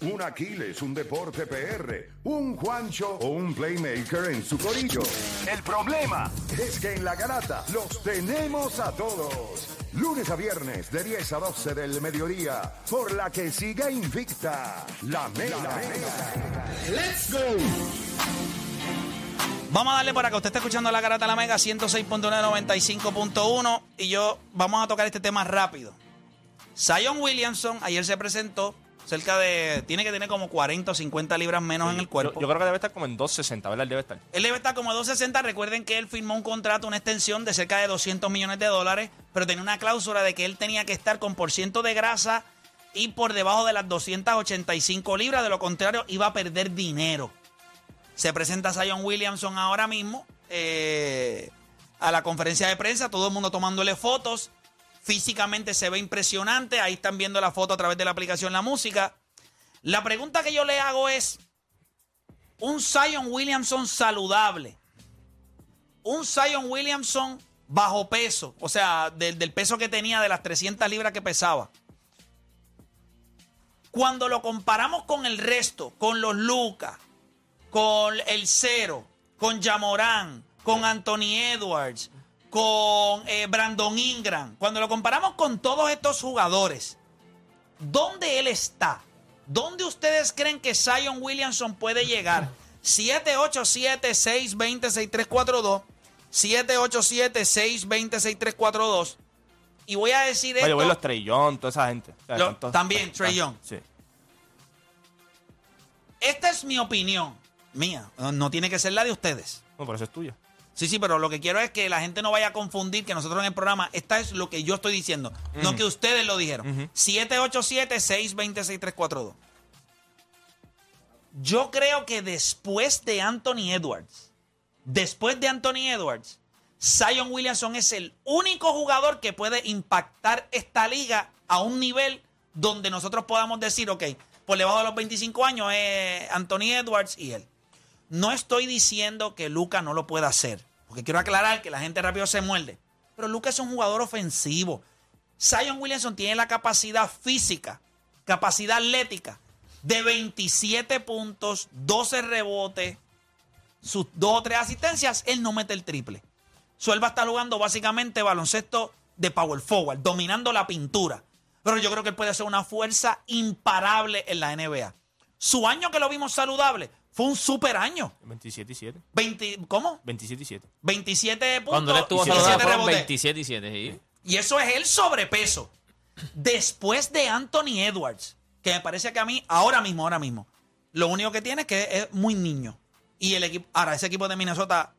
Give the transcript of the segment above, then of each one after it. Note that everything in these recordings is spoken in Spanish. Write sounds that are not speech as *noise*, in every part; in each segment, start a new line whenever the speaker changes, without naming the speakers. Un Aquiles, un Deporte PR, un Juancho o un Playmaker en su corillo. El problema es que en la garata los tenemos a todos. Lunes a viernes de 10 a 12 del mediodía, por la que siga invicta la mega.
Let's go. Vamos a darle por acá. Usted está escuchando La Garata de La Mega 106.995.1 y yo vamos a tocar este tema rápido. Zion Williamson ayer se presentó cerca de... Tiene que tener como 40 o 50 libras menos en el cuerpo.
Yo, yo creo que debe estar como en 260, ¿verdad? Él debe estar.
Él debe estar como 260. Recuerden que él firmó un contrato, una extensión de cerca de 200 millones de dólares, pero tenía una cláusula de que él tenía que estar con por ciento de grasa y por debajo de las 285 libras. De lo contrario, iba a perder dinero. Se presenta Zion Williamson ahora mismo eh, a la conferencia de prensa, todo el mundo tomándole fotos. Físicamente se ve impresionante. Ahí están viendo la foto a través de la aplicación La Música. La pregunta que yo le hago es: un Zion Williamson saludable, un Zion Williamson bajo peso, o sea, del, del peso que tenía de las 300 libras que pesaba. Cuando lo comparamos con el resto, con los Lucas, con el Cero, con Jamorán, con Anthony Edwards, con eh, Brandon Ingram, cuando lo comparamos con todos estos jugadores, ¿dónde él está? ¿Dónde ustedes creen que Zion Williamson
*laughs*
puede llegar? 787-620-6342. 787-620-6342. Y voy a decir
Vaya, voy
esto-
los Trellón, toda esa gente. O sea,
Lo-
tantos-
también, Trey
Ah,
Young.
Sí.
Esta es mi opinión. Mía. No- No tiene que ser la de ustedes.
No, pero eso es tuyo.
Sí, sí, pero lo que quiero es que la gente no vaya a confundir que nosotros en el programa, esta es lo que yo estoy diciendo, no que ustedes lo dijeron. 787-620-6342. Yo creo que después de Anthony Edwards, después de Anthony Edwards, Zion Williamson es el único jugador que puede impactar esta liga a un nivel donde nosotros podamos decir, ok, por debajo de los 25 años es Anthony Edwards y él. No estoy diciendo que Luca no lo pueda hacer, porque quiero aclarar que la gente rápido se muerde. Pero Luca es un jugador ofensivo. Zion Williamson tiene la capacidad física, capacidad atlética de 27 puntos, 12 rebotes, sus dos o tres asistencias. Él no mete el triple. So, él va a estar jugando básicamente baloncesto de power forward, dominando la pintura. Pero yo creo que él puede ser una fuerza imparable en la NBA. Su año que lo vimos saludable fue un super año.
27 y 7.
20, ¿Cómo?
27 y 7.
27 puntos.
Cuando él estuvo
17
saludable fueron
rebotes.
27 y 7, sí.
Y eso es el sobrepeso. Después de Anthony Edwards, que me parece que a mí, ahora mismo, ahora mismo, lo único que tiene es que es muy niño. Y el equipo, ahora ese equipo de Minnesota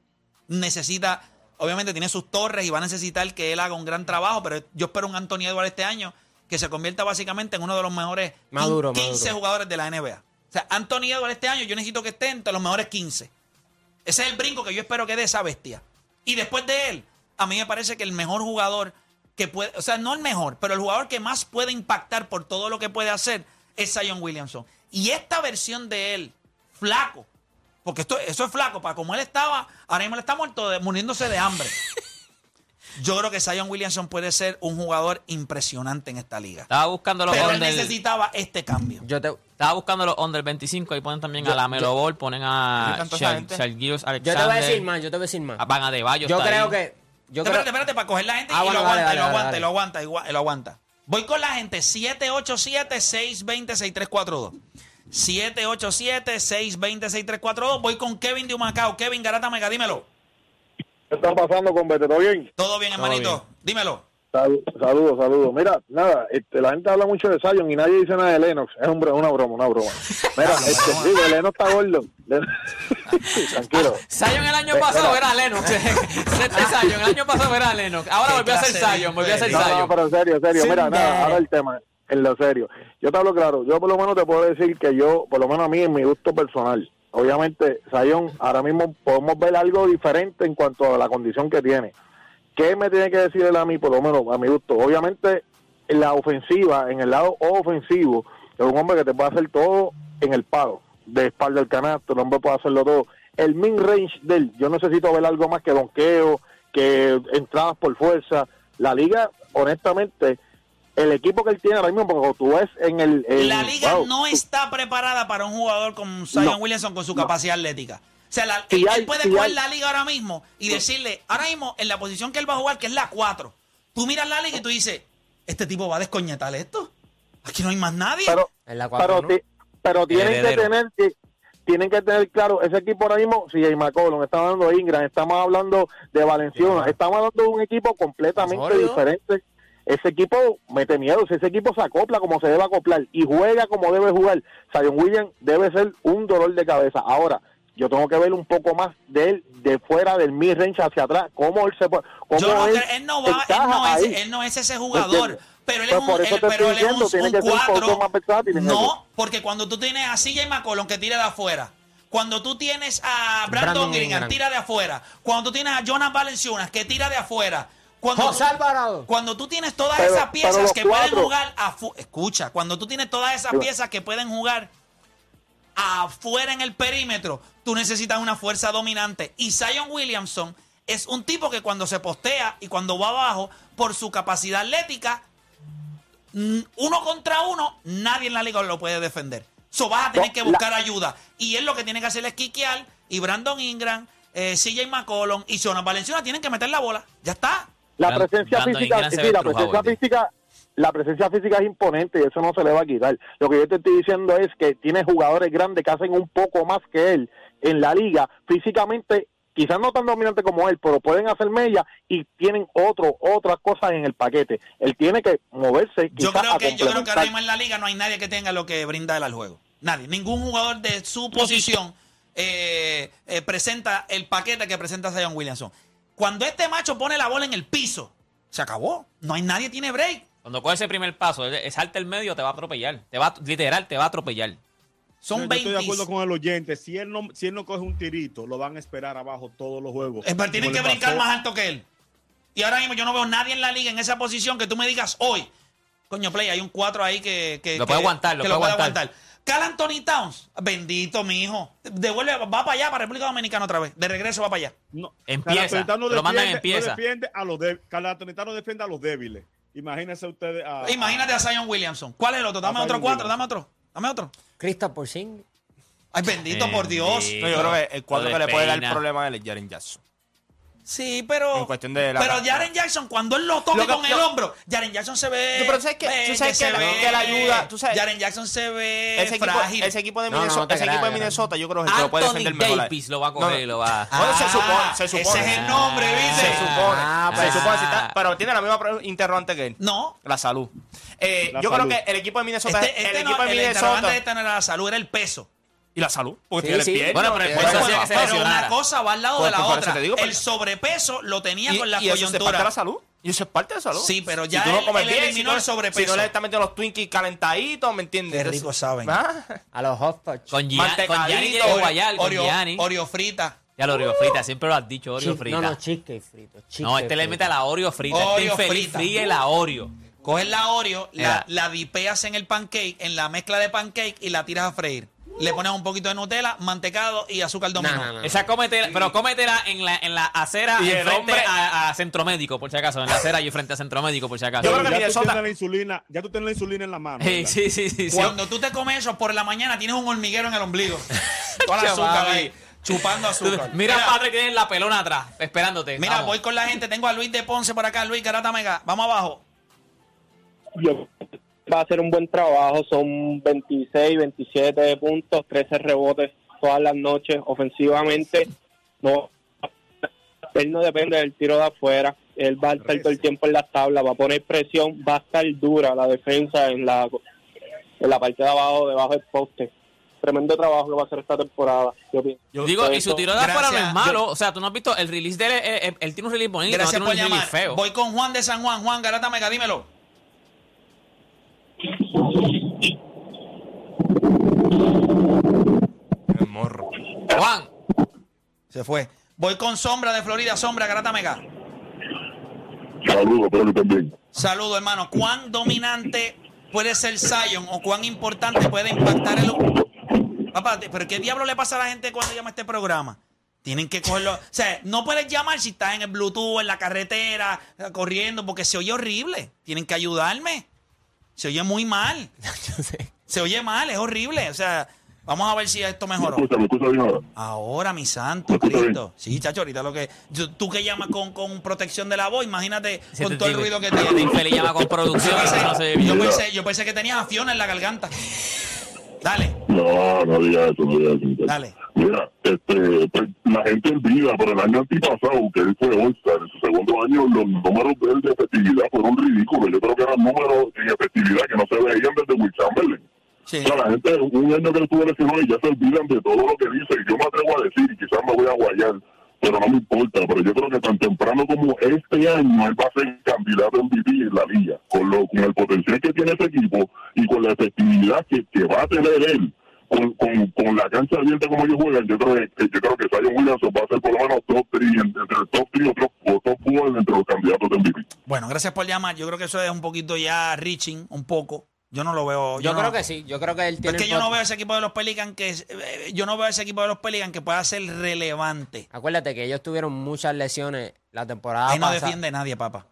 necesita, obviamente tiene sus torres y va a necesitar que él haga un gran trabajo, pero yo espero un Anthony Edwards este año que se convierta básicamente en uno de los mejores
Maduro,
15
maduro.
jugadores de la NBA. O sea, Anthony Edwards este año yo necesito que esté entre los mejores 15. Ese es el brinco que yo espero que dé esa bestia. Y después de él, a mí me parece que el mejor jugador que puede, o sea, no el mejor, pero el jugador que más puede impactar por todo lo que puede hacer es Zion Williamson. Y esta versión de él, flaco, porque esto, eso es flaco, para como él estaba, ahora mismo él está muerto, de- muriéndose de hambre. Yo creo que Zion Williamson puede ser un jugador impresionante en esta liga.
Estaba buscando los
Pero él
under.
necesitaba este cambio.
Yo te,
Estaba buscando los under 25. Ahí ponen también a la Melo Ball, ponen
¿Qué
a
tanto esa gente?
Sergius
yo
Alexander.
te voy a decir más, yo te voy a decir más.
a Van Adebayo
Yo
está
creo
ahí.
que. Yo creo,
espérate, espérate, para coger la gente
Ah,
y,
bueno,
lo aguanta,
dale,
y lo
dale,
aguanta,
dale.
y lo aguanta, y lo aguanta, y lo aguanta. Voy con la gente, 787-620-6342. 787-620-6342. Voy con Kevin de Humacao. Kevin Garata Mega, dímelo.
¿Qué está pasando con Vete? ¿Todo bien?
Todo bien, hermanito. Dímelo.
Saludos, saludos. Mira, nada, este, la gente habla mucho de Zion y nadie dice nada de Lennox. Es un bro- una broma, una broma. Mira, este, digo, Lennox está gordo. Len- *laughs* Tranquilo.
Zion el año pasado era Lennox. *laughs* Este
Ah.
Zion el año pasado era Lennox. Ahora
Qué
volvió a ser
clase de
Zion, volvió a ser
infeliz.
No, no,
Zion.
pero en serio, en serio. Mira, nada, ahora el tema. en lo serio. Yo te hablo claro, yo por lo menos te puedo decir que yo, por lo menos a mí, en mi gusto personal, obviamente, Sayón, ahora mismo podemos ver algo diferente en cuanto a la condición que tiene. ¿Qué me tiene que decir él a mí, por lo menos a mi gusto? Obviamente, en la ofensiva, en el lado ofensivo, es un hombre que te puede hacer todo en el palo, de espalda al canasto, el hombre puede hacerlo todo. El min range de él, yo necesito ver algo más que donqueo, que entradas por fuerza. La liga, honestamente, el equipo que él tiene ahora mismo, porque tú ves en el... en-
La liga
Eh, wow,
no
tú-
está preparada para un jugador como Zion
No,
Williamson con su
no.
capacidad atlética. O sea, la-
Si
él,
hay-
él puede
si
jugar
hay-
la liga ahora mismo y decirle, ahora mismo, en la posición que él va a jugar, que es la 4, tú miras la liga y tú dices, este tipo va a descoñetar esto. Aquí no hay más nadie.
pero,
En la cuatro,
pero,
¿no?
ti- pero tienen que
heredero.
tener que- tienen que tener claro ese equipo ahora mismo si hay McCollum estamos hablando de Ingram estamos hablando de Valenciona estamos hablando de un equipo completamente
Sólido.
diferente ese equipo mete miedo si ese equipo se acopla como se debe acoplar y juega como debe jugar Zion Williams debe ser un dolor de cabeza ahora yo tengo que ver un poco más de él de fuera del mid range hacia atrás cómo él se puede cómo
Yo no
él,
creo- él no va, él
encaja
no, es,
ahí.
él no es ese jugador,
¿Entiendes?
pero él es
Pues
un,
por eso
él-
te estoy
pero él es
diciendo,
un-
tiene
un
que ser un poco
cuatro.
más versátil en eso.
No, porque cuando tú tienes a CJ McCollum que tira de afuera, cuando tú tienes a Brandon,
Brandon
Ingram,
Ingram.
tira de afuera, cuando tú tienes a Jonas Valenciunas que tira de afuera, cuando
José
tú-
Alvarado.
Cuando tú tienes todas
Pero-
esas
pero
piezas
los
que pueden
cuatro.
jugar afu- escucha, cuando tú tienes todas esas
Dime.
piezas que pueden jugar afuera en el perímetro, tú necesitas una fuerza dominante. Y Zion Williamson es un tipo que cuando se postea y cuando va abajo, por su capacidad atlética, mm, uno contra uno, nadie en la liga lo puede defender. So vas a tener
No,
que
la-
buscar ayuda. Y él lo que tiene que hacer es quiquear y Brandon Ingram, eh, CJ McCollum y Jonas Valenciana tienen que meter la bola. Ya está.
la
Brand-
presencia
Brandon
física,
Ingram se
sí,
ve
la
estrujado
presencia
hoy día.
física, la presencia física es imponente y eso no se le va a quitar. Lo que yo te estoy diciendo es que tiene jugadores grandes que hacen un poco más que él en la liga, físicamente quizás no tan dominante como él, pero pueden hacer mella y tienen otro otras cosas en el paquete. Él tiene que moverse
Yo
quizás
creo,
a
que, yo creo que ahora
complementar.
mismo en la liga no hay nadie que tenga lo que brinda él al juego. Nadie. Ningún jugador de su posición eh, eh, presenta el paquete que presenta Zion Williamson. Cuando este macho pone la bola en el piso, se acabó. No hay nadie tiene break.
Cuando coge ese primer paso, él- él salta el medio, te va a atropellar. Te va, literal, te va a atropellar.
Son
yo, yo
20.
estoy de acuerdo con el oyente. Si él, no, si él no coge un tirito, lo van a esperar abajo todos los juegos.
Es más, tienen
Como
que
le
brincar
pasó-
más alto que él. Y ahora mismo yo no veo nadie en la liga en esa posición que tú me digas hoy. Coño, Play, hay un 4 ahí que, que-
Lo puede
que-
aguantar, lo
que
puede aguantar.
Cal Anthony Towns, bendito mi hijo. Devuelve, va para allá, para República Dominicana otra vez. De regreso va para allá.
No,
Empieza,
Calatonitán
te lo mandan
defiende-
empieza.
No defiende a los débiles. defiende a los débiles. Imagínense ustedes a...
Ah.
Imagínate a Zion Williamson. ¿Cuál es el otro? Dame
A
otro
Zion
4,
Williamson.
dame otro. Dame otro.
Christopher Singh.
Ay, bendito por Dios.
Bendito.
No, yo creo que el cuadro
Lo
que le puede dar
despeina.
problema es el Jaren Jackson.
Sí, pero.
En cuestión de la-
pero Jaren Jackson, cuando él lo toca
Lo que-
con el
lo-
hombro, Jaren Jackson se ve.
No, pero tú sabes que- tú
ve-
sabes
se
que la-
ve-
que la ayuda, tú sabes-
Jaren Jackson se ve
Ese equipo,
frágil.
ese equipo de
No, no, no
Minnesota,
te
ese
creas,
equipo de
no.
Minnesota yo creo que es el que lo puede
Anthony
defender mejor. a él.
eh.
Davis lo va a
No,
coger
no.
y lo va a...
Bueno, se
Ah,
supone, se
ese
supone.
es el nombre, ¿viste?
Se supone,
Ah, pues.
se supone, si está- pero tiene la misma pro- interrogante que él.
No.
La salud. Eh,
La
yo
salud.
creo que el equipo de Minnesota,
Este, este
el
no,
equipo de
el interrogante
Minnesota
de esta no era la salud, era el peso.
y la salud, porque
Sí,
tiene
sí.
el pie.
Bueno, pero el
Por
peso
eso
hacía
se
que se
bajó.
Pero
lesionara.
una cosa va al lado de
Por-
la
por eso
otra.
te digo,
el
pero-
sobrepeso lo tenía
Y,
con la
y eso es parte de
coyuntura.
la salud. Y eso es parte de la salud.
Sí, pero
Si
ya
tú no
él-
comes
él
bien, si
eliminó
no-
el sobrepeso.
Si no le estás metiendo los Twinkies calentaditos, ¿me entiendes?
Qué rico saben.
Ah,
A los hot touch.
Con Gianni, con Gianni
Mantecadito,
llegó a guayar, con
Oreo,
Gianni.
Oreo frita.
Ya lo Oreo frita, siempre lo has dicho, Oreo
Chi- No,
frita.
no,
No,
cheesecake frito.
este le mete a la Oreo frita.
Oreo
este infeliz
frita.
fría y la Oreo.
Coges la Oreo, la,
Mira.
la dipeas en el pancake, en la mezcla de pancake y la tiras a freír. Le pones un poquito de Nutella, mantecado y azúcar dominó.
no, no.
Esa cómetela, pero cómetela en la, en la acera
Y el
enfrente
hombre-
a, a Centro Médico, por si acaso. En la acera y frente a Centro Médico, por si acaso.
Yo creo que
ya tú
Minnesota-
tienes la insulina, ya tú tienes la insulina en la mano.
Sí,
¿verdad?
sí, sí, sí, sí. *laughs*
Cuando tú te comes eso por la mañana, tienes un hormiguero en
*laughs*
el ombligo. Toda la
Chaval.
azúcar ahí, chupando azúcar.
Mira, padre, tienes la pelona atrás, esperándote.
Mira,
Vamos.
voy con la gente. Tengo a Luis de Ponce por acá. Luis Garata Mega. Vamos abajo.
yo va a hacer un buen trabajo, son 26, 27 puntos, 13 rebotes todas las noches ofensivamente. No él no depende del tiro de afuera, él va a estar todo el tiempo en la tabla, va a poner presión, va a estar dura la defensa en la en la parte de abajo, debajo del poste. Tremendo trabajo que va a hacer esta temporada. Yo pienso.
Digo, y su tiro de afuera no
Gracias.
es malo. o sea, tú no has visto el release de él. eh, eh, él tiene un release bonito,
Gracias
no
por
tiene un
llamar.
release feo.
Voy con Juan de San Juan. Juan Garata Mega, dímelo.
El morro.
Juan. Se fue. Voy con Sombra de Florida. Sombra, grata mega.
Saludos, Pedro, también.
Saludo, hermano. ¿Cuán dominante puede ser Zion o cuán importante puede impactar el... Papá, te- pero ¿qué diablo le pasa a la gente cuando llama a este programa? Tienen que cogerlo... O sea, no puedes llamar si estás en el Bluetooth, en la carretera, eh, corriendo, porque se oye horrible. Tienen que ayudarme. Se oye muy mal.
*laughs*
Se oye mal, es horrible. O sea, vamos a ver si esto mejoró.
Escucha, me escucha bien ahora.
Ahora, mi santo Cristo. Sí, chacho, ahorita lo que. Tú, tú que llamas con, con protección de la voz, imagínate
Sí,
con
te
todo el
digo,
ruido que
este
tiene.
infeliz llama con producción,
*laughs* Yo pensé,
eso no se oye bien.
yo pensé- yo pensé que tenías a Fiona en la garganta. Dale,
No, no diga eso, no diga eso. muchacho.
dale.
Mira, este, pues, la gente olvida, pero el año antipasado, que él fue All-Star, en su segundo año, los números de él de efectividad fueron ridículos. Yo creo que eran números en efectividad que no se veían desde Will Chamberlain.
Sí.
O sea, la gente, un año que él estuvo lesionado y ya se olvidan de todo lo que dice. Yo me atrevo a decir, y quizás me voy a guayar, pero no me importa. Pero yo creo que tan temprano como este año, él va a ser candidato en MVP en la liga. Con, lo, con el potencial que tiene ese equipo y con la efectividad que, que va a tener él, con, con, con la cancha abierta como ellos juegan, yo creo que, yo creo que Zion Williamson va a ser por lo menos top 3, entre el top 3 o top, o top 4 entre los candidatos de MVP.
Bueno, gracias por llamar. Yo creo que eso es un poquito ya reaching, un poco. Yo no lo veo.
Yo
no-
creo que sí, yo creo que él
Es
tiene.
que
el
yo no
pot-
veo ese equipo de los Pelicans que. es- eh, Yo no veo ese equipo de los Pelicans que pueda ser relevante.
Acuérdate que ellos tuvieron muchas lesiones la temporada
Ahí no
pasada.
defiende nadie, papá.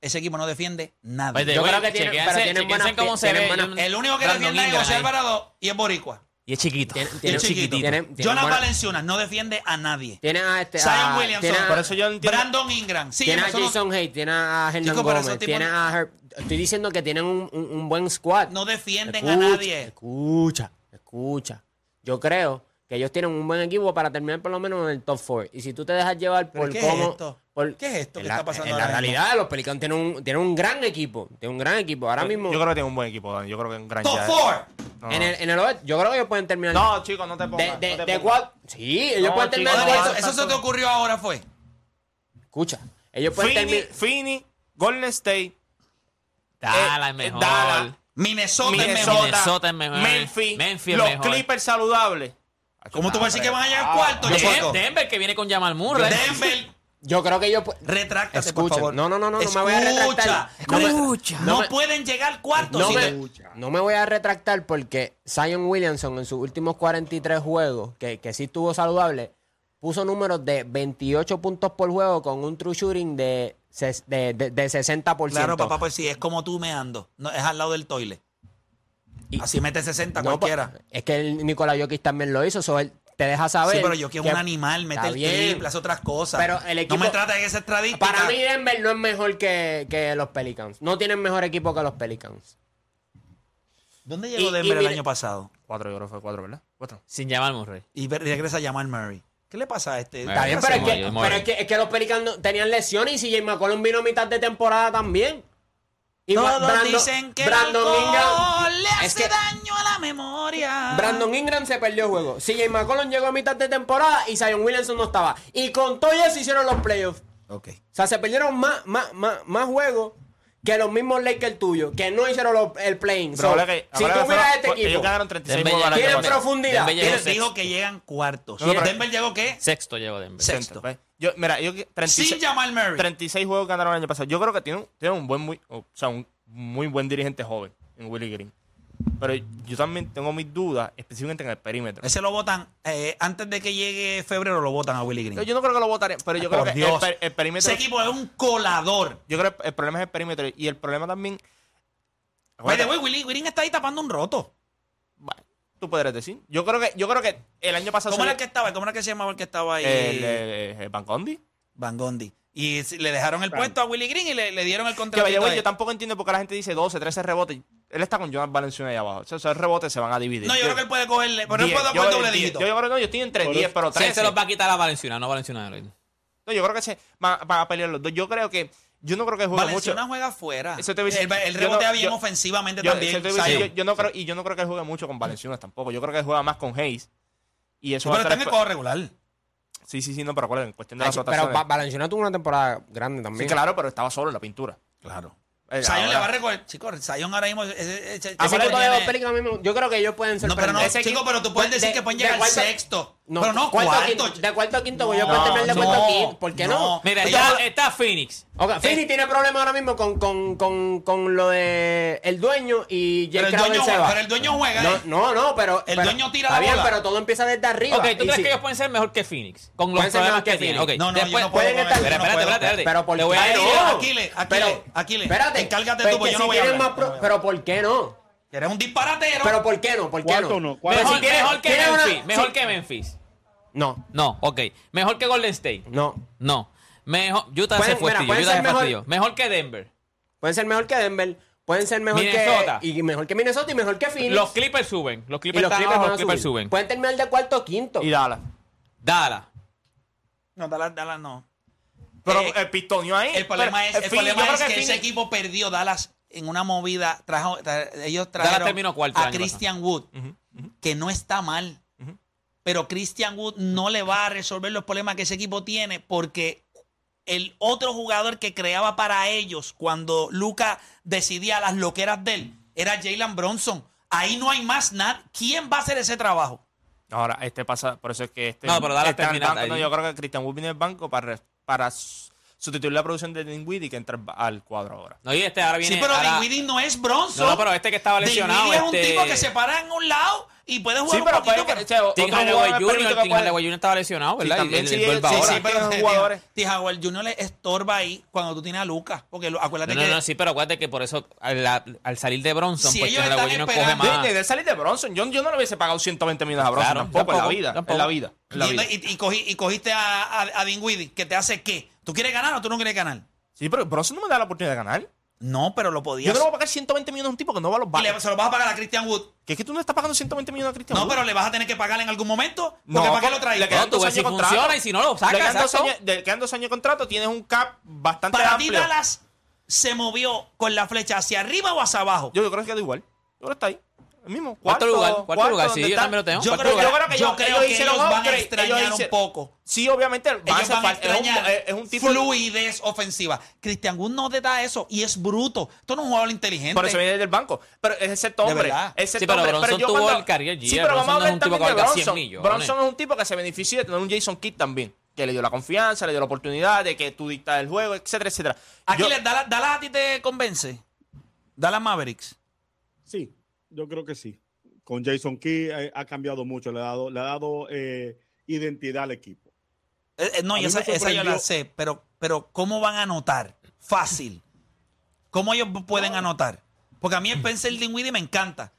Ese equipo no defiende nada.
Oye,
Yo
oye,
creo que tienen-
chequéense-
pero tienen
chequéense
buenas-
cómo se
tienen
ve.
buenas-
Yo-
El único que
Brandon
defiende es
Ingram
José
ahí.
Alvarado y es Boricua.
Y es chiquito.
Tienen-
Y
Y
tienen-
es
es chiquito.
chiquitito.
tienen- tienen
Jonas
buena-
Valenciunas no defiende a nadie.
Tienen a este.
Zion
a-
Williamson.
tienen a-
Por eso yo no entiendo.
Brandon Ingram. Sí,
tiene a
pero eso no-
Jason Haidt, tiene a Hernán
Chico, pero esos
Gómez,
tipos
tiene
no-
a Herb. Estoy diciendo que tienen un, un- un buen squad.
no defienden
Escucha,
a nadie.
Escucha, escucha. Yo creo que ellos tienen un buen equipo para terminar por lo menos en el top 4. Y si tú te dejas llevar
¿Pero
por
qué es
cómo.
esto?
por-
¿Qué es esto
en
que
la,
está pasando
en
ahora
la
mismo?
realidad, los Pelicans tienen un, tienen un gran equipo. Tienen un gran equipo. Ahora mismo.
Yo creo que tiene un buen equipo, Dani. Yo creo que es un gran
Top
ya- eh.
four.
No,
en
no.
el, en el oeste, yo creo que ellos pueden terminar.
No, chicos, no te
de,
pongas.
de,
no te pongas.
de cuatro- Sí, ellos
No, chicos,
pueden terminar.
No,
no,
cuatro-
eso, eso se te ocurrió ahora fue.
Escucha. Ellos pueden
Fini,
terminar.
Fini, Golden State,
Dallas
eh,
es mejor.
Dallas,
Minnesota, es
Minnesota,
mejor.
Minnesota es mejor.
Memphis,
Memphis es
los
mejor.
Clippers saludables.
¿Cómo tú vas a decir que van a llegar
Ah,
cuarto,
Dem-
chico?
Denver que viene con Jamal Murray.
Denver,
Yo creo que ellos. pu-
retráctate, por
Escucha.
favor.
No, no, no, no, no
Escucha.
me voy a retractar. No me-
Escucha. No,
no me-
pueden llegar cuarto.
No
si
me,
te-
no me voy a retractar porque Zion Williamson en sus últimos 43 juegos, que, que sí estuvo saludable, puso números de 28 puntos por juego con un true shooting de, ses- de, de- de 60%.
Claro, papá, pues sí, es como tú me ando. No, es al lado del toile.
Y-
Así mete 60
No,
cualquiera.
pa- es que el Nicolás Jokic también lo hizo, so él te deja saber.
Sí, pero yo quiero
que-
un animal,
Está
mete el
bien.
triple, hace otras cosas.
Pero el equipo-
No me trata de esa estadística.
Para mí Denver no es mejor que, que los Pelicans. No tienen mejor equipo que los Pelicans.
¿Dónde llegó
Y- y
Denver el
mire-
año pasado?
Cuatro, yo creo que fue cuatro, ¿verdad? Cuatro.
Sin Jamal Murray.
Y ve- regresa a llamar Murray. ¿Qué le pasa a este?
Está
Eh,
bien,
sí,
pero, es
Mario,
que,
Mario.
pero es, que, es que los Pelicans no- tenían lesiones y si McCollum vino a mitad de temporada también. Igual-
Todos
Brando-
dicen que
Brandon
el alcohol
Ingram-
le hace
es que
daño a la memoria.
Brandon Ingram se perdió el juego. CJ McCollum llegó a mitad de temporada y Zion Williamson no estaba. Y con todo eso hicieron los playoffs.
Ok.
O sea, se perdieron más, más, más, más juegos que los mismos Lakers tuyos, que no hicieron los- el playing.
Pero
So,
ahora que-
si
ahora que
tú miras
fueron-
este equipo,
Ellos ganaron 36
Denver
juegos al año
tienen
pasado.
profundidad.
Denver
tienen-
Él
llegó
dijo
sexto.
que llegan cuartos.
No, no, pero-
¿Denver llegó qué?
Sexto llegó Denver.
Se-
Sexto. Ve, Yo, mira, yo que- 36,
Sin llamar Murray.
36 juegos ganaron el año pasado. Yo creo que tiene, un- tiene un buen, muy, o sea, un muy buen dirigente joven en Willie Green. Pero yo también tengo mis dudas, específicamente en el perímetro.
Ese lo votan eh, antes de que llegue febrero, lo votan a Willie Green.
Yo no creo que lo votaré, pero yo creo
Por
que el,
Dios.
per- el perímetro.
Ese equipo es un colador.
Yo creo que el problema es el perímetro. Y el problema también.
By the way, Willie Green está ahí tapando un roto.
Bueno, tú podrías decir. Yo creo que, yo creo que el año pasado.
¿Cómo era el que
salió-
estaba? ¿Cómo era que se llamaba el que estaba ahí?
el, eh, eh, Van Gondi.
Van Gondi. Y si- le dejaron el
Frank.
puesto a Willie Green y le, le dieron el
Que
contrato.
vaya, güey, yo tampoco entiendo por qué la gente dice 12, 13 rebotes. Él está con Jonas Valenciana ahí abajo. O sea, esos rebotes se van a dividir.
No, yo creo que él puede cogerle. Pero él
Diez.
puede
Yo-
coger doble
diez.
dígito.
Yo, yo creo que no, yo estoy entre
Por
10, pero
Sí, se
13.
los va a quitar a Valenciana, no Valenciana. Eloy.
No, yo creo que se van, van a pelear los dos. Yo creo que. Yo no creo que juegue mucho.
Valenciana juega afuera.
Eso te voy a decir.
Él, él
Yo
rebotea
no-
bien
yo-
ofensivamente
Yo,
también.
sí, te voy a decir,
Zion.
yo- yo no creo, y yo no creo que juegue mucho con Valenciana tampoco. Yo creo que juega más con Hayes. Y eso
pero
va a
está en
estar-
el codo regular.
Sí, sí, sí, no, pero acuérdense, en cuestión de
Ay,
las
pero
rotaciones.
Va- Valenciano tuvo una temporada grande
Sí,
también.
claro, pero estaba solo en la pintura.
Claro.
Eh,
Zion le
ahora-
va a recoger. Chicos, Zion ahora mismo. ese- ese-
Ese
ese
equipo de
tiene-
los Pelicans ahora mismo, yo creo que ellos pueden
No,
sorprender.
pero no,
Ese
chicos,
equipo-
pero tú puedes
pues,
decir que pueden llegar al
cuarto-
sexto. pero no cuarto.
a quinto, de cuarto a quinto, Pues yo puedo
No,
terminar de cuarto
no,
a quinto. ¿Por qué no?
Mira,
Pues
ya
yo-
está Phoenix.
Ok, Phoenix tiene problemas ahora mismo con, con, con, con lo de el dueño y Jay
Pero el,
Crowder
dueño
se
juega,
va.
pero el dueño juega. ¿eh?
no, no, no, pero
El
pero-
dueño tira
está
la
bien,
bola.
pero todo empieza desde arriba.
Ok, ¿tú
Y
crees
si-
que ellos pueden ser mejor que Phoenix? Con los
Pueden ser
problemas
mejor que
que tienen.
Phoenix.
Ok,
No, no,
después-
yo no puedo
pueden
con
estar-
eso,
Espera,
no
espérate,
puedo.
espérate, espérate.
Pero por
Te voy a
qué
decir-
no?
Aquiles, Aquiles,
Pero-
Aquiles,
Espérate.
encárgate
pues
tú, pues
que
yo no
si
voy a
tienen
hablar,
más
no
pro-
voy a
Pero ¿por qué no?
Eres un disparatero.
Pero ¿por qué no? ¿Por qué
¿Cuánto no? ¿Cuánto?
Pero
Mejor,
si tiene-
mejor que
tiene una-
Memphis. Mejor
sí.
que Memphis.
No,
No, ok. Mejor que Golden State.
no.
No. Mejor, Utah
Pueden-
se fue,
mira,
tío,
pueden
Utah se
ser
fue,
mejor-
tío. Mejor que Denver.
Pueden ser mejor que Denver, pueden ser mejor
Minnesota.
que y mejor que Minnesota y mejor que Phoenix.
Los Clippers suben. Los
y
Clippers,
los
están
Clippers
abajo,
van a
los Clippers
subir.
suben.
Pueden terminar de cuarto a quinto.
Y Dallas.
Dallas.
No, Dallas, Dallas no.
Pero
Eh,
el pistonio ahí.
El problema
pero
es, el
Phoenix-
problema
yo creo
es que,
Phoenix-
ese equipo perdió Dallas en una movida. Trajo, tra- ellos trajeron
terminó cuarto el
a
año
Christian Wood, que no está mal. Pero Christian Wood no le va a resolver los problemas que ese equipo tiene porque el otro jugador que creaba para ellos cuando Luca decidía las loqueras de él era Jalen Bronson. Ahí no hay más nada. ¿Quién va a hacer ese trabajo?
Ahora, este pasa, por eso es que este.
No, pero Dallas
está en el
termina
banco.
ahí.
No, yo creo que Christian Wood viene del banco para, re- para su- sustituir la producción de Dinwiddie que entra al cuadro ahora.
No, y este ahora viene.
Sí, pero
ahora-
Dinwiddie no es Bronson.
No, no, pero este que estaba lesionado.
Dinwiddie es un
este-
tipo que se para en un lado y puede jugar
Sí,
un
pero
poquito,
puede que-
pero-
o sea, o-
Tim
otro
Hardaway
jugador
Jr.
me permite que
Tim
pueda-
Hardaway Jr. estaba lesionado, ¿verdad?
Sí, también
el,
sí,
vuelve
sí,
ahora.
sí,
pero
tienen
Tija-
jugadores.
Tija Howard Jr. le estorba ahí cuando tú tienes a Lucas. Porque lo- acuérdate
No, no,
que
no, sí, pero acuérdate que por eso al, al salir de Bronson,
Si
pues
ellos
Tim Hardaway
están
Jr. coge
esperando- eh,
más.
De, de salir de Bronson, yo, yo no le hubiese pagado 120 millones a Bronson
Claro,
tampoco, en la
tampoco,
vida.
tampoco.
En la vida. En la
y,
vida.
y- y cogí- y cogiste a, a, a Dinwiddie, que te hace qué. ¿Tú quieres ganar o tú no quieres ganar?
Sí, pero Bronson no me da la oportunidad de ganar.
No, pero lo
Yo
podías.
no le voy a pagar 120 millones a un tipo que no va a los
y le-
bancos.
se lo vas a pagar a Christian Wood.
Que es que tú no estás pagando 120 millones a Christian
No,
Wood.
pero le vas a tener que pagar en algún momento. Porque
No,
¿para qué
con-
lo traes?
le quedan
No, tú
dos
ves
años
si
de contrato.
funciona y si no lo sacas,
Le quedan dos
exacto.
años, le quedan dos años de contrato, tienes un cap bastante
Para ti,
amplio.
Dallas se movió con la flecha hacia arriba o hacia abajo.
Yo, yo creo que queda igual. Yo creo que está ahí. El mismo.
Cuarto lugar, cuarto lugar,
¿dónde
sí, yo
está?
también lo tengo.
Yo
Cuarto
creo, que,
lugar.
que
yo
ellos-
creo
ellos
que
hicieron
ellos van a
upgrade,
extrañar
ellos
un
hicieron-
poco.
Sí, obviamente. va a
Ellos
hacer
van a
falta- es un-
extrañar
es, es un tipo.
fluidez ofensiva. Christian Wood no te da eso y es bruto. Esto no es un jugador inteligente.
Por eso viene del banco. Pero es el sexto
De
hombre.
verdad.
Es el
Sí,
sexto
pero
hombre.
Bronson
yo
tuvo
cuando-
el career
Sí,
year.
pero vamos
Bronson no
a
es
ver
un tipo
también
que
de
valga 100
Bronson.
millones.
Bronson es un tipo que se benefició de tener un Jason Kidd también. Que le dio la confianza, le dio la oportunidad de que tú dictas el juego, etcétera, etcétera.
Aquí
Yo-
les Dallas, Dallas a ti te convence. Dallas Mavericks.
Sí, yo creo que sí. Con Jason Key eh, ha cambiado mucho, le ha dado, le ha dado eh, identidad al equipo.
Eh, eh, no,
A
y
mí
esa,
me
esa yo la
sorprendió-
sé, pero, pero ¿cómo van a anotar? Fácil. ¿Cómo ellos pueden anotar? Porque a mí Spencer Dinwiddie me encanta.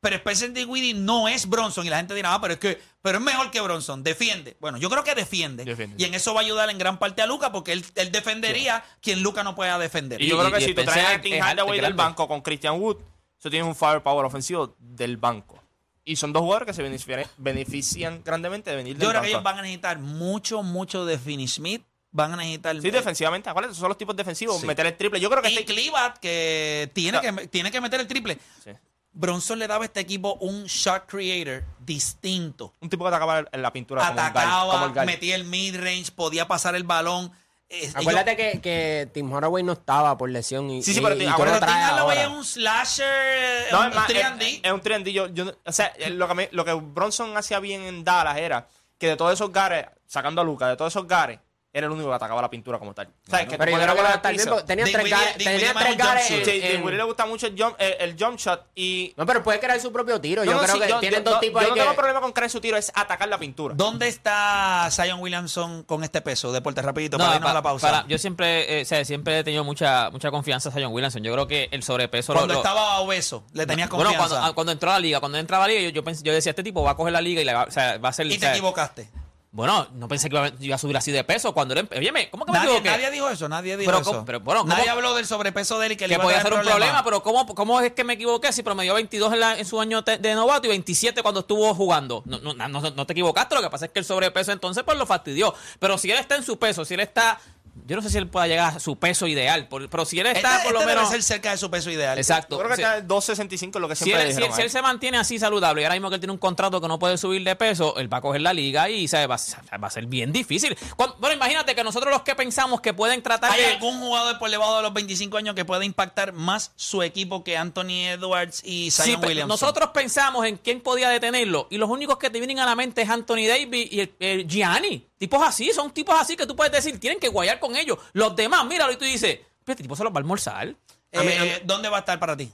Pero Spencer Dinwiddie no es Bronson. Y la gente dirá, ah, pero es que pero es mejor que Bronson. Defiende. Bueno, yo creo que defiende.
Defiende.
Y en eso va a ayudar en gran parte a Luca porque él, él defendería quien Luca no pueda defender.
Y yo
Y-
creo que
y
si tú
pensé
traes a
que
Tim
es alto,
Hardaway del
grande.
banco con Christian Wood, tú tienes un firepower ofensivo del banco. Y son dos jugadores que se benefician, benefician grandemente de venir del
yo creo
banco.
que ellos van a necesitar mucho, mucho de Finney Smith. Van a necesitar...
Sí, defensivamente. ¿Cuáles son los tipos defensivos?
Sí.
Meter el triple. Yo creo que
Y
este-
Clivat, que tiene, que tiene que meter el triple.
Sí.
Bronson le daba a este equipo un shot creator distinto.
un tipo que atacaba en la pintura como el Gal- como
Atacaba,
el Gal.
metía el midrange, podía pasar el balón. Eh,
Acuérdate que, que Tim Horoway no estaba por lesión y,
Sí, sí,
y-
pero
y
te-
tú lo
acuérdate,
traes
Tim Hardaway
ahora.
es un slasher,
No,
un
es más,
3D.
es- es un 3D. Yo, yo no- o sea, eh, lo que, me- lo que Bronson hacía bien en Dallas era que de todos esos gares, sacando a Lucas, de todos esos gares, era el único que atacaba la pintura como tal. O sea, que
Pero yo
cuando
creo que
era
va a
por
estar
el
bien,
piso-
porque tenía tres
Dinwiddie-
gares,
Dinwiddie
tenía
más
tres
un jump
gares
shot.
en-
Sí,
en-
a Willy le gusta mucho el jump, eh, el jump shot y...
No, pero puede crear su propio tiro.
No,
Yo
no,
creo
sí,
que
yo-
tienen
yo-
dos
no,
tipos
Yo
ahí
no
que...
tengo problema con crear su tiro, es atacar la pintura.
¿Dónde está Zion Williamson con este peso? Deporte, rapidito, para
No,
irnos a
pa-
la pausa.
para- yo siempre, eh, o sea, siempre he tenido mucha, mucha confianza en Zion Williamson. Yo creo que el sobrepeso lo-
cuando
lo-
estaba obeso, le tenías
Bueno,
confianza.
cuando, ah, cuando entró a la liga, cuando entraba a la liga, yo, yo, pensé- yo decía, este tipo va a coger la liga y la va, o sea, va a ser...
y
o
te
sea,
equivocaste.
Bueno, no pensé que iba, a- iba a subir así de peso cuando él... empe- Óyeme, ¿cómo que me
Nadie,
equivoqué?
nadie dijo eso, nadie dijo
Pero,
eso.
¿cómo- pero, bueno, ¿cómo-
nadie habló del sobrepeso de él y que, le
que
iba a
podía
traer
ser un
problemas.
problema, pero ¿cómo, ¿cómo es que me equivoqué si promedió 22 en, la- en su año te- de novato y 27 cuando estuvo jugando? No, no, no, no te equivocaste, lo que pasa es que el sobrepeso entonces pues lo fastidió. Pero si él está en su peso, si él está Yo no sé si él pueda llegar a su peso ideal, por- pero si él
Este-
está por lo
este debe
menos.
ser cerca de su peso ideal.
Exacto.
Yo creo que
Sí.
está en 265 lo que
Si
siempre
él, si-
dijeron,
si él se mantiene así saludable y ahora mismo que él tiene un contrato que no puede subir de peso, él va a coger la liga y ¿sabes? Va, a ser- va a ser bien difícil. Cuan- bueno, imagínate que nosotros los que pensamos que pueden tratar
¿Hay
de...
algún jugador por debajo de los 25 años que pueda impactar más su equipo que Anthony Edwards y
Sí,
Zion
pe-
Williamson?
nosotros pensamos en quién podía detenerlo y los únicos que te vienen a la mente es Anthony Davis y el, el Gianni. Tipos así, son tipos así que tú puedes decir, tienen que guayar con ellos. Los demás, míralo y tú dices, "Pero este tipo se los va a almorzar.
Eh, ¿Dónde va a estar para ti?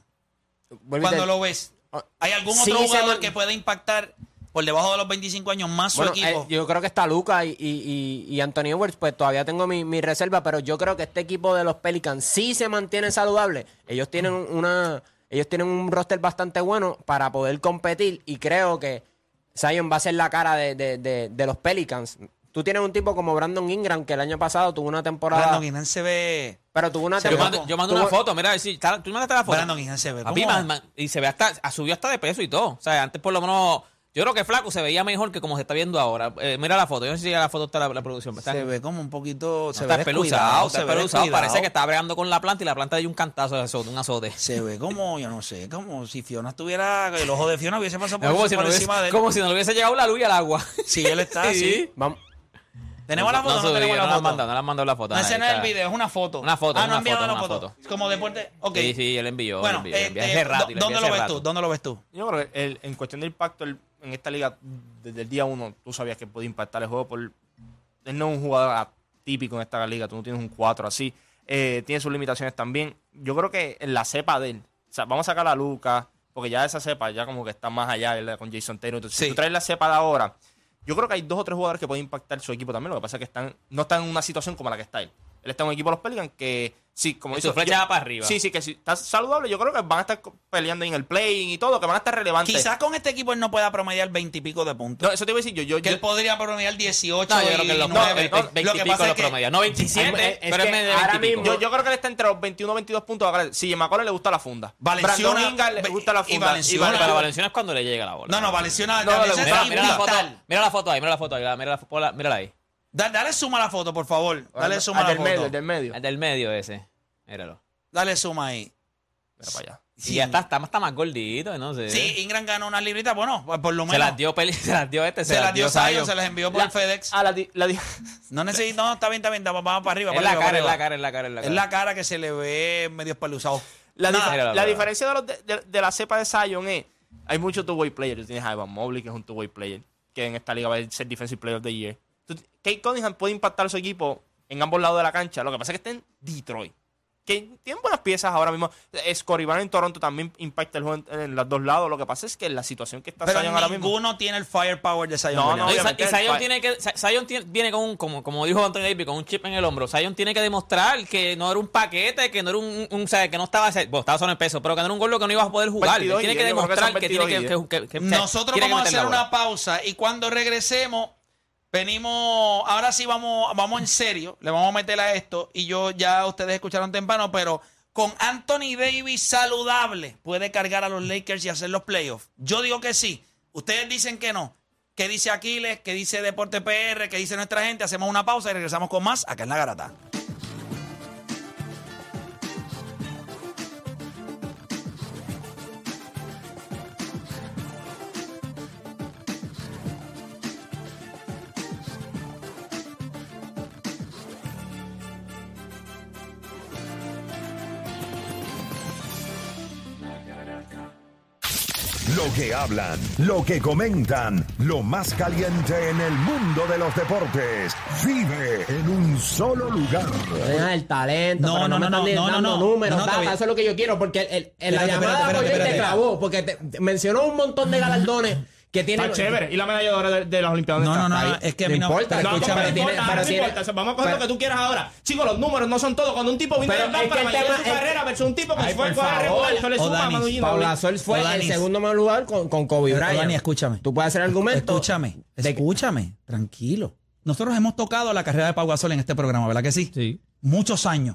Vuelvo y te-
Cuando lo ves.
Oh,
¿Hay algún
Sí,
otro
se
jugador
man-
que pueda impactar por debajo de los 25 años más su
Bueno,
equipo?
eh, yo creo que está Luca y, y, y- y Anthony Edwards, pues todavía tengo mi, mi reserva, pero yo creo que este equipo de los Pelicans sí se mantiene saludable. Ellos tienen
Mm.
una, ellos tienen un roster bastante bueno para poder competir y creo que Zion va a ser la cara de, de- de- de los Pelicans. Tú tienes un tipo como Brandon Ingram que el año pasado tuvo una temporada,
Brandon Ingram se ve...
pero tuvo una
Yo
temporada.
mando, yo mando una foto, mira, si, está- tú mandaste la foto.
Brandon Ingram se ve
Papi,
como-
man- man- y se ve hasta, subió hasta de peso y todo. O sea, antes por lo menos, yo creo que flaco se veía mejor que como se está viendo ahora. Eh, mira la foto, yo no sé si la foto está la, la producción. Está,
Se ve como un poquito... se
está
ve
peluzado,
descuidado,
está
se ve
peluzado.
descuidado.
Parece que está bregando con la planta y la planta dio un cantazo de azote, un azote.
Se ve como, yo no sé, como si Fiona estuviera... El ojo de Fiona hubiese pasado por,
como, si no
por
le
encima de
hubiese,
él.
como si no le hubiese llegado la luz y el agua.
*laughs* Sí, él está así.
Vamos-
¿Tenemos la foto o no,
subí,
tenemos
no
la
la
foto?
han mandado, no la han mandado la foto.
No,
nada,
ese no es el
está-
video, es una foto.
Una foto,
Ah, no
una
enviaron
foto,
la
una
foto.
foto.
Como deporte. Ok.
Sí, sí, él envió,
Bueno,
él envió, él envió
este,
hace rato, y
¿dó- ¿dónde
envió
lo
hace
ves
rato.
tú? ¿Dónde lo ves tú?
Yo creo que el- en cuestión de impacto el- en esta liga, desde el día uno, tú sabías que podía impactar el juego. Por, él no es un jugador típico en esta liga, tú no tienes un 4 así. Eh, tiene sus limitaciones también. Yo creo que en la cepa de él, o sea, vamos a sacar a Lucas, porque ya esa cepa ya como que está más allá ¿verdad? con Jason Taylor. Entonces,
Sí.
si tú traes la cepa de ahora, yo creo que hay dos o tres jugadores que pueden impactar su equipo también. Lo que pasa es que están, no están en una situación como la que está él. Él está en un equipo de los Pelicans que, sí, como
Que
hizo-
su flecha
yo-
va para arriba.
Sí, sí, que si está saludable, yo creo que van a estar co- peleando en el play y todo, que van a estar relevantes.
Quizás con este equipo él no pueda promediar 20 y pico de puntos.
No, eso te iba a decir yo. yo,
que
yo-
él podría promediar 18
Pues No,
y
yo creo que los
nueve.
no,
Lo que
20 y
pasa
pico
es
los
que-
promedia. No, 27,
Es- es
pero
que
es menos de
ahora
20 y pico.
mismo-
yo, yo creo que él está entre los 21 y 22 puntos. Ahora, sí, a Macaulay le gusta la funda.
Valenciana-
Brandon Ingram
Ve-
le gusta la
y
funda.
Valenciana-
Iván-
Pero a Valenciano es cuando le llega la bola.
No, no, Valenciana
No, le
Valenciana
Mira,
es
mira la foto,
brutal.
mira la foto ahí, mira la foto ahí, la- mira la, ponla- mírala ahí.
Da- Dale suma a la foto, por favor. Dale suma
al
a la
del medio,
foto.
al del medio.
El del medio ese. Míralo.
Dale suma ahí.
Mira para allá.
Y ya está, está, está más gordito, no sé.
Sí, Ingram ganó unas libritas. Bueno, pues por lo menos.
se las dio Peli- se las dio este, se,
Se las dio Zion,
Zion.
se las envió por
La-
FedEx.
Ah, la, di- la di-
No necesito, no, está bien, está bien, vamos para arriba.
Es
para arriba,
la cara,
para
es la
arriba.
cara, es la cara, es la
Es
cara.
la cara que se le ve medio espaluzado.
la
Nada.
dif-
Mira, mira,
la
mira.
diferencia de, los de, de- de la cepa de Zion es. Hay muchos two-way players. Tú Tienes a Ivan Mobley, que es un two-way player. Que en esta liga va a ser Defensive Player of the Year. Tú- Kate Cunningham puede impactar a su equipo en ambos lados de la cancha. Lo que pasa es que está en Detroit. Que tienen buenas piezas ahora mismo. Scoribán en Toronto también impacta el juego en, en los dos lados. Lo que pasa es que la situación que está
Pero
Zion ahora mismo.
ninguno tiene el firepower de Zion
No,
Williamson.
No, y Sa-
obviamente,
y Zion
el-
tiene que Sa- Zion tiene- viene con un como, como dijo Anthony Davis con un chip en el hombro. Zion tiene que demostrar que no era un paquete, que no era un, un- o sea, que no estaba, bueno, estaba solo en peso, pero que no era un gol que no ibas a poder jugar.
22
tiene
y
que
diez, yo creo que son
demostrar que tiene que,
22 y
que- que- que- o sea,
Nosotros
tiene que
vamos a
meter la
hacer
bola.
una pausa y cuando regresemos, venimos. Ahora sí vamos, vamos en serio, le vamos a meter a esto. Y yo ya ustedes escucharon temprano, pero con Anthony Davis saludable, ¿puede cargar a los Lakers y hacer los playoffs? Yo digo que sí. Ustedes dicen que no. ¿Qué dice Aquiles? ¿Qué dice Deporte PR? ¿Qué dice nuestra gente? Hacemos una pausa y regresamos con más acá en la garata.
Lo que hablan, lo que comentan, lo más caliente en el mundo de los deportes. Vive en un solo lugar.
Deja el talento,
No,
pero
no,
no, me
no,
están
no,
dando
no, no,
números,
no, no,
data,
David.
eso es lo que yo quiero, porque el, el- el- la
Espérate,
llamada
espérate,
apoyó y
espérate,
te
espérate.
clavó, porque te- te mencionó un montón de galardones que tiene...
Y la medalla de oro de, de las Olimpiadas.
No,
¿dónde
no,
está?
no,
Ahí.
no, es que a
No
mí no
importa,
pero-
escucha,
No,
pero
no
tiene-
importa,
pero
no
tiene-
importa. O sea, Vamos a coger
pero-
lo que tú quieras ahora. Chicos, los números no son todo. Cuando un tipo vino
Pero
del
es
banco
que
a la
el
mayoría de su
tema es-
carrera versus un tipo que
Ay,
fue
por
el jugador
favor.
regular, eso le
O
suma a
Danis,
Manu Ginobili.
Paula Sol fue el
Odanis.
segundo mejor lugar con, con Kobe Bryant.
Dani, escúchame.
Tú puedes hacer argumentos.
Escúchame,
de-
escúchame, tranquilo. Nosotros hemos tocado la carrera de Pau Gasol en este programa, ¿verdad que sí?
Sí.
Muchos años.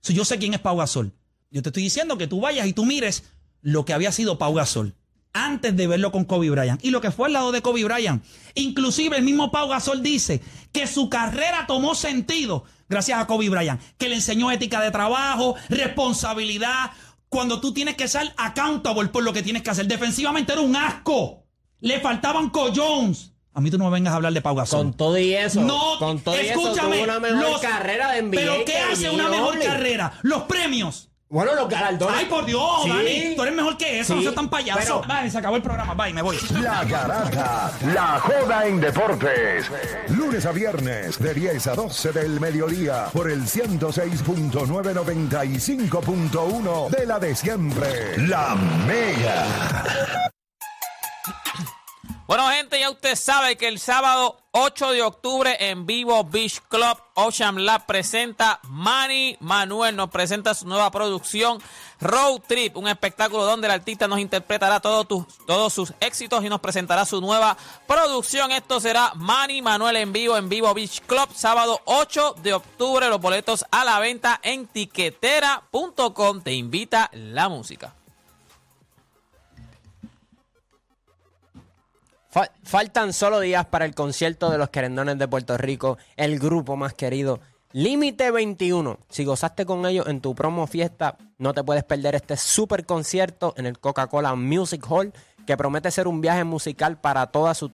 So, yo sé quién es Pau Gasol. Yo te estoy diciendo que tú vayas y tú mires lo que había sido Pau Gasol. antes de verlo con Kobe Bryant. Y lo que fue al lado de Kobe Bryant. Inclusive el mismo Pau Gasol dice que su carrera tomó sentido gracias a Kobe Bryant, que le enseñó ética de trabajo, responsabilidad, cuando tú tienes que ser accountable por lo que tienes que hacer. Defensivamente era un asco. Le faltaban collones. A mí tú no me vengas a hablar de Pau Gasol.
Con todo y eso.
No,
con todo
escúchame.
y eso. Tuvo una mejor
los-
carrera de NBA.
Pero ¿qué
que
hace una
Ginobili.
mejor carrera? Los premios.
Bueno, los galardones.
Ay, por Dios,
Sí.
Dani. Tú eres mejor que eso. No
Sí.
seas tan payaso.
Pero-
Vale, se acabó el programa. Bye, me voy.
La garata, la joda en deportes. Lunes a viernes de 10 a 12 del mediodía por el 106.995.1 de la de siempre. La Mega.
Bueno, gente, ya usted sabe que el sábado 8 de octubre en vivo Beach Club Ocean Lab presenta Manny Manuel. Nos presenta su nueva producción Road Trip, un espectáculo donde el artista nos interpretará todos, tus- todos sus éxitos y nos presentará su nueva producción. Esto será Manny Manuel en vivo en Vivo Beach Club, sábado 8 de octubre. Los boletos a la venta en tiquetera.com. Te invita la música.
Fa- faltan solo días para el concierto de los Querendones de Puerto Rico, el grupo más querido. Límite 21. Si gozaste con ellos en tu promo fiesta, no te puedes perder este super concierto en el Coca-Cola Music Hall, que promete ser un viaje musical para toda su